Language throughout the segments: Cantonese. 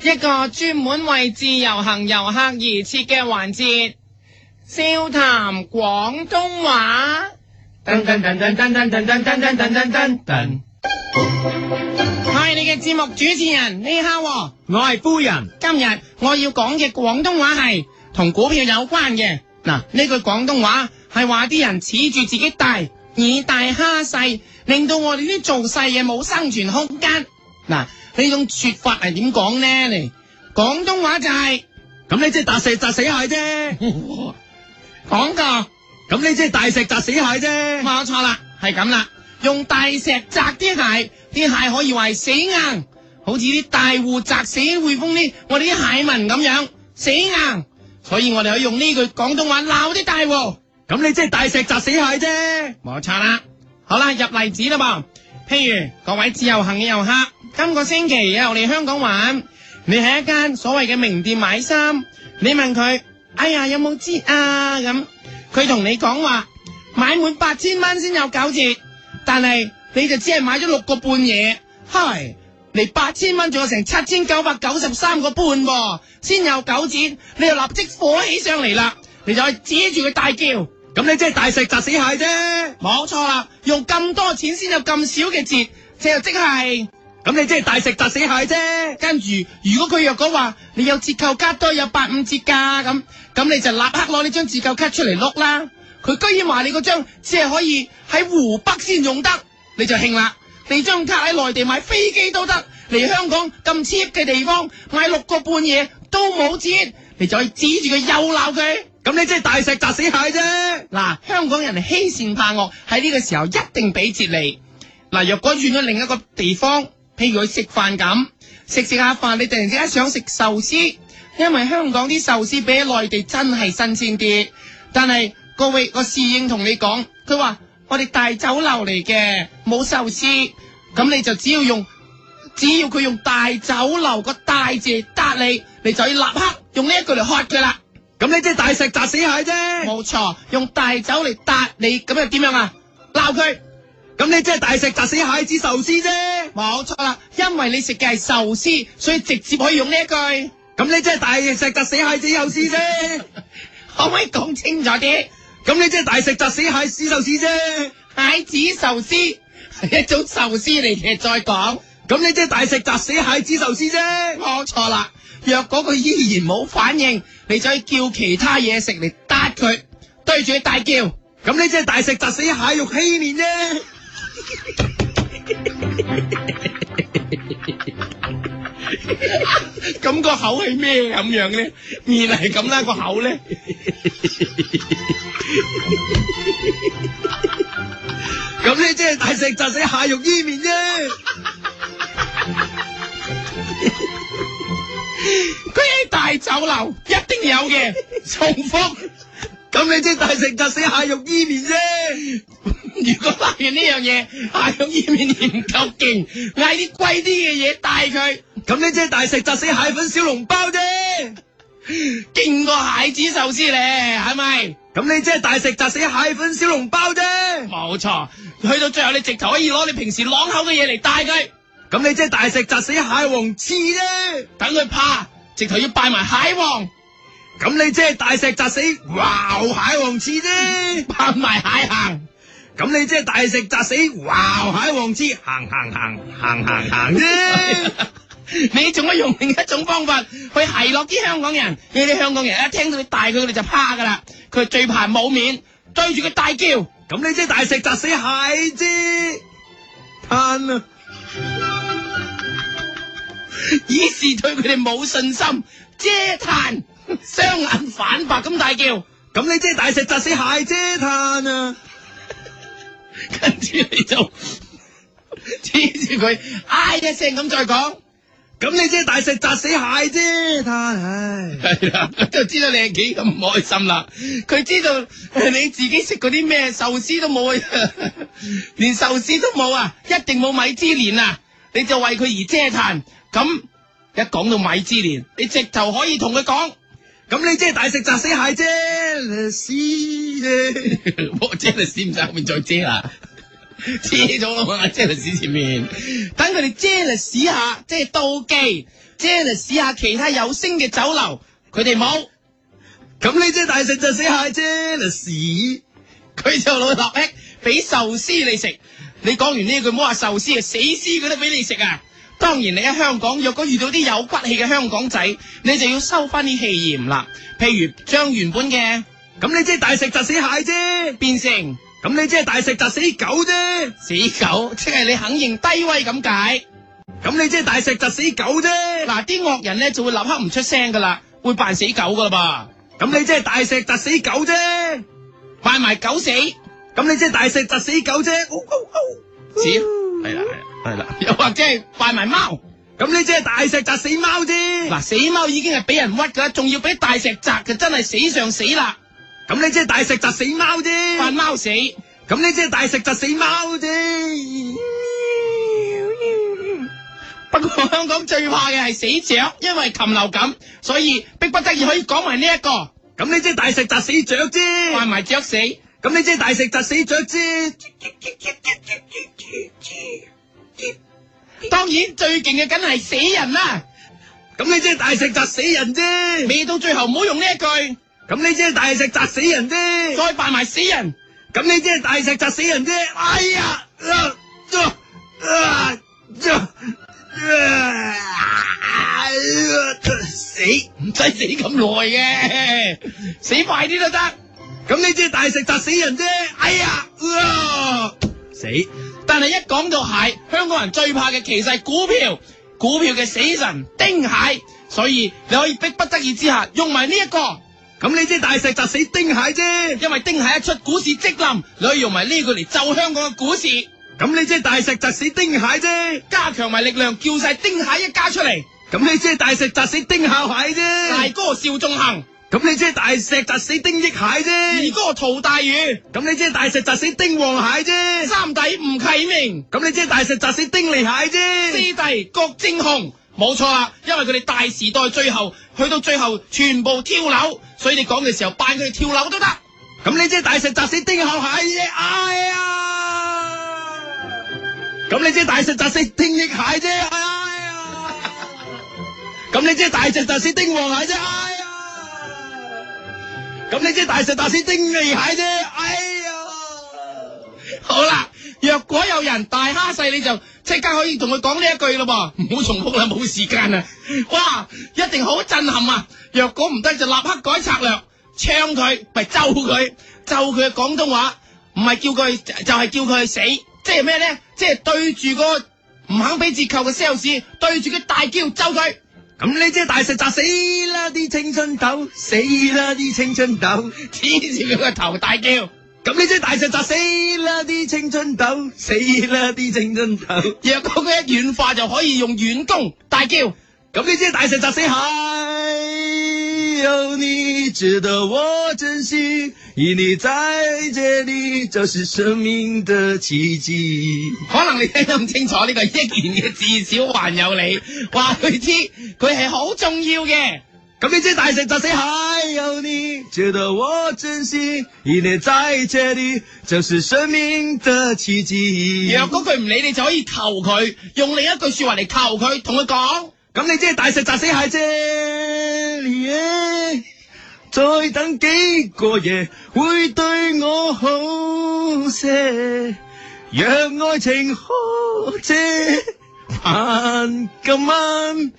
一個專門為自由行遊客而設嘅環節，笑談廣東話。噔噔噔噔噔噔噔噔噔噔噔噔噔，係你嘅節目主持人呢刻喎，我係夫人。今日我要講嘅廣東話係同股票有關嘅。嗱，呢句廣東話係話啲人恃住自己大，以大蝦細，令到我哋啲做細嘢冇生存空間。嗱，呢種說法係點講呢？嚟，廣東話就係、咁你即係大石砸死蟹啫， 講過。咁你即係大石砸死蟹啫。冇錯啦，係咁啦，用大石砸啲蟹，啲蟹可以話係死硬，好似啲大戶砸死匯豐啲我哋啲蟹民咁樣死硬，所以我哋可以用呢句廣東話鬧啲大戶，咁你即係大石砸死蟹啫。冇錯啦。好啦，入例子啦噃，譬如各位自由行嘅遊客，今個星期又嚟香港玩，你喺一間所謂嘅名店買衫，你問佢，哎呀有冇折啊咁，佢同你講話。買滿八千蚊先有九折，但係你就只係買咗六個半嘢，嗨，嚟八千蚊仲有成七千九百九十三個半喎，先有九折，你就立即火起上嚟啦，你就可以指住佢大叫，咁你即係大石砸死蟹啫。冇錯啦，用咁多錢先有咁少嘅折，即係即係。咁你即係大石砸死蟹啫。跟住，如果佢若果話你有折扣卡都有八五折㗎咁，咁你就立刻攞呢張折扣卡出嚟碌啦。佢居然話你嗰張只係可以喺湖北先用得，你就興啦。你張卡喺內地買飛機都得，嚟香港咁 cheap 嘅地方買六個半嘢都冇折，你就可以指住佢又鬧佢。咁你即係大石砸死蟹啫。嗱，香港人係欺善怕惡，喺呢個時候一定俾折你。嗱，若果轉咗另一個地方，譬如去食飯咁，食食下飯，你突然之間想食壽司，因為香港啲壽司比喺內地真係新鮮啲。但係各位個侍應同你講，佢話我哋大酒樓嚟嘅，冇壽司，咁你就只要用，只要佢用大酒樓個大字答你，你就要立刻用呢一句嚟喝佢啦。咁你即係大石砸死蟹啫。冇錯，用大酒嚟搭你，咁又點樣啊？鬧佢，咁你即係大石砸死蟹子壽司啫。冇錯啦，因為你食嘅係壽司，所以直接可以用呢一句，咁你即係大石砸死蟹子壽司啫。 可唔可以講清楚啲？咁你即係大石砸死蟹子壽司啫。蟹子壽司 係一種壽司嚟嘅，再講，咁你即係大石砸死蟹子壽司啫。冇錯啦。若果佢依然冇反應，你就可以叫其他嘢食嚟搭佢，對住佢大叫。咁你即係大石砸死蟹肉欺面啫。咁個口係咩咁樣咧？面係咁啦，個口咧，咁你即係大石砸死蟹肉伊面啫。佢喺大酒樓一定有嘅，重複。咁你即係大石砸死蟹肉伊面啫。如果發現呢樣嘢，係咁意面唔夠勁，嗌啲貴啲嘅嘢帶佢，咁你即係大石砸死蟹粉小籠包啫。勁過蟹子壽司咧，係咪？咁你即係大石砸死蟹粉小籠包啫。冇錯，去到最後你直頭可以攞你平時朗口嘅嘢嚟帶佢，咁你即係大石砸死蟹王翅啫。等佢怕，直頭要拜埋蟹王， 咁你即係大石砸死哇蟹王翅啫。拜埋蟹行，咁你即係大石砸死哇蟹王翅行行行行行行啫。 你仲可以用另一種方法去奚落啲香港人，你啲香港人一聽到你帶佢，佢哋就怕噶啦，佢最怕冇面，對住佢大叫。咁你即係大石砸死蟹啫，嘆啊！以示對佢哋冇信心，嗟嘆，雙眼反白咁大叫，咁你即係大石砸死蟹啫，嘆啊！跟住你就 指住佢，唉一聲咁再講，咁你即係大石砸死蟹啫，嘆啊唉！ 係啦，就知道你係幾咁唔開心啦。佢知道 呃你自己食嗰啲咩壽司都冇，啊 連壽司都冇啊，一定冇米芝蓮啊！你就為佢而嗟嘆，咁一講到米芝蓮，你直頭可以同佢講。咁你即係大石砸死蟹啫，屎啫！ 我遮律師唔使後面再遮啊啦，遮咗啦嘛，遮律師前面，等佢哋遮律師下，即係妒忌。即係嚟試下其他有星嘅酒樓，佢哋冇，咁你即係大食就死蟹啫，嗱屎！佢就老立益俾壽司你食。你講完呢句唔好話壽司啊，死屍佢都俾你食啊！當然你喺香港，若果遇到啲有骨氣嘅香港仔，你就要收翻啲氣焰啦。譬如將原本嘅咁你即係大食就死蟹啫，變成咁你即係大食就死狗啫，死狗，即係你肯認低威咁解。咁你即係大食就死狗啫，嗱，啲惡人咧就會立刻唔出聲噶啦，會扮死狗噶啦咁你即係大食就死狗啫，噃，扮埋狗死。咁你即係大食就死狗啫，嗷嗷嗷屎係啦係啦係啦，又或者係扮埋貓。咁你即係大食就死貓啫，嗱，死貓已經係俾人屈噶啦，仲要俾大石砸嘅，真係死上死啦！咁你即係大食就死貓扮啫，貓死，咁你即係大食就死貓啫，不過香港最怕嘅係死雀，因為禽流感，所以逼不得已可以講埋呢一個，咁你即係大食就死雀啫扮。埋雀死。咁你即係大食窒死雀啫，當然最勁嘅梗係死人啦，咁你即係大食窒死人啫，未到最後唔好用呢一句，咁你即係大食窒死人啫，再扮埋死人。咁你即係大食窒死人啫，哎呀，啊啊啊死！唔使死咁耐嘅，死快啲都得。咁你即係大食窒死人啫，哎呀，啊死！但係一講到蟹，香港人最怕嘅其實係股票，股票嘅死神丁蟹，所以你可以逼不得已之下用埋呢一個，咁你即係大食窒死丁蟹啫，因為丁蟹一出股市即冧，你可以用埋呢個嚟就香港嘅股市，咁你即係大食窒死丁蟹啫，加強埋力量，叫晒丁蟹一家出嚟，咁你即係大食窒死丁孝蟹大啫，哥邵仲恒，咁你即係大食窒死丁益蟹啫二。哥陶大宇，咁你即係大石砸死丁旺蟹啫，三弟吳啟明，咁你即係大石砸死丁利蟹四啫，弟郭正雄。冇錯啦，因為佢哋大時代最後去到最後全部跳樓，所以你講嘅時候扮佢哋跳樓都得。咁你即係大石砸死丁孝蟹啫，哎呀！咁你即係大石砸死丁益蟹啫，哎呀！咁你即係大石砸死丁旺蟹啫，哎呀！咁你即係大石砸死丁利蟹啫，哎呀！好啦，若果有人大蝦細，你就即刻可以同佢講呢一句咯噃，唔好重複啦，冇時間啦。哇，一定好震撼啊！若果唔得就立刻改策略，唱佢，咪咒佢，咒佢嘅廣東話，唔係叫佢就係、叫佢去死，即係咩咧？即係對住個唔肯俾折扣嘅 sales，對住佢大叫咒佢。咁你即係大石砸死啦啲青春痘，死啦啲青春痘。黐住佢個頭大叫。咁你即係大石砸死啦啲青春痘，死啦啲青春痘。若果佢一軟化就可以用軟功大叫。咁你即係大石砸死蟹。還有你值得我珍惜，有你在這裏就是生命的奇蹟。可能你聽得唔清楚呢個億元嘅至少還有你，話佢知佢係好重要嘅。咁你即係大石砸死蟹。有你值得我珍惜，有你在這裏就是生命的奇若蹟。果佢唔理你，就可以求佢，用另一句說話嚟求佢，同佢講。咁你即係大石砸死蟹啫。再等幾個夜，會對我好些。若愛情可借，盼今晚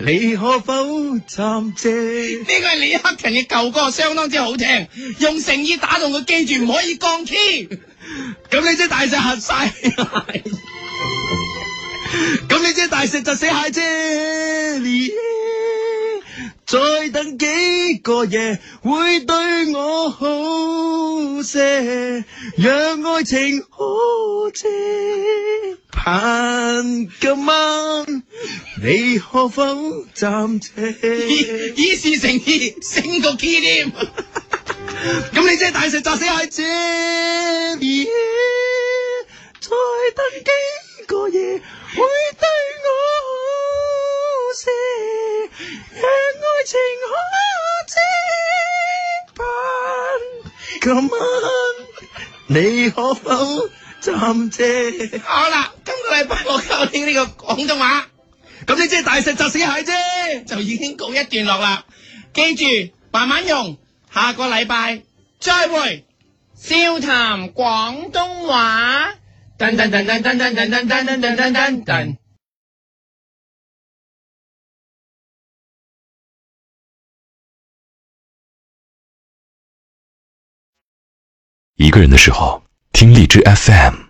你可否暫借？呢個係李克勤嘅舊歌，相當之好聽，用誠意打動佢，記住唔可以降 key。咁你即係大石 嚇晒，咁你即係大石就死蟹啫。你再等幾個夜，會對我好些。若愛情可借，盼今晚你可否暫以且？以示誠意，升個 key 添。咁你即係大石砸死蟹啫，再等幾個夜會對我好些，讓愛情可遮盼。今晚你可否暫借？好啦，今個禮拜我教你呢個廣東話。咁你即係大石砸死蟹啫。就已經告一段落啦。記住慢慢用，下個禮拜再會。笑談廣東話。噔噔噔噔噔噔噔噔噔噔噔噔噔。一个人的时候，听荔枝 FM。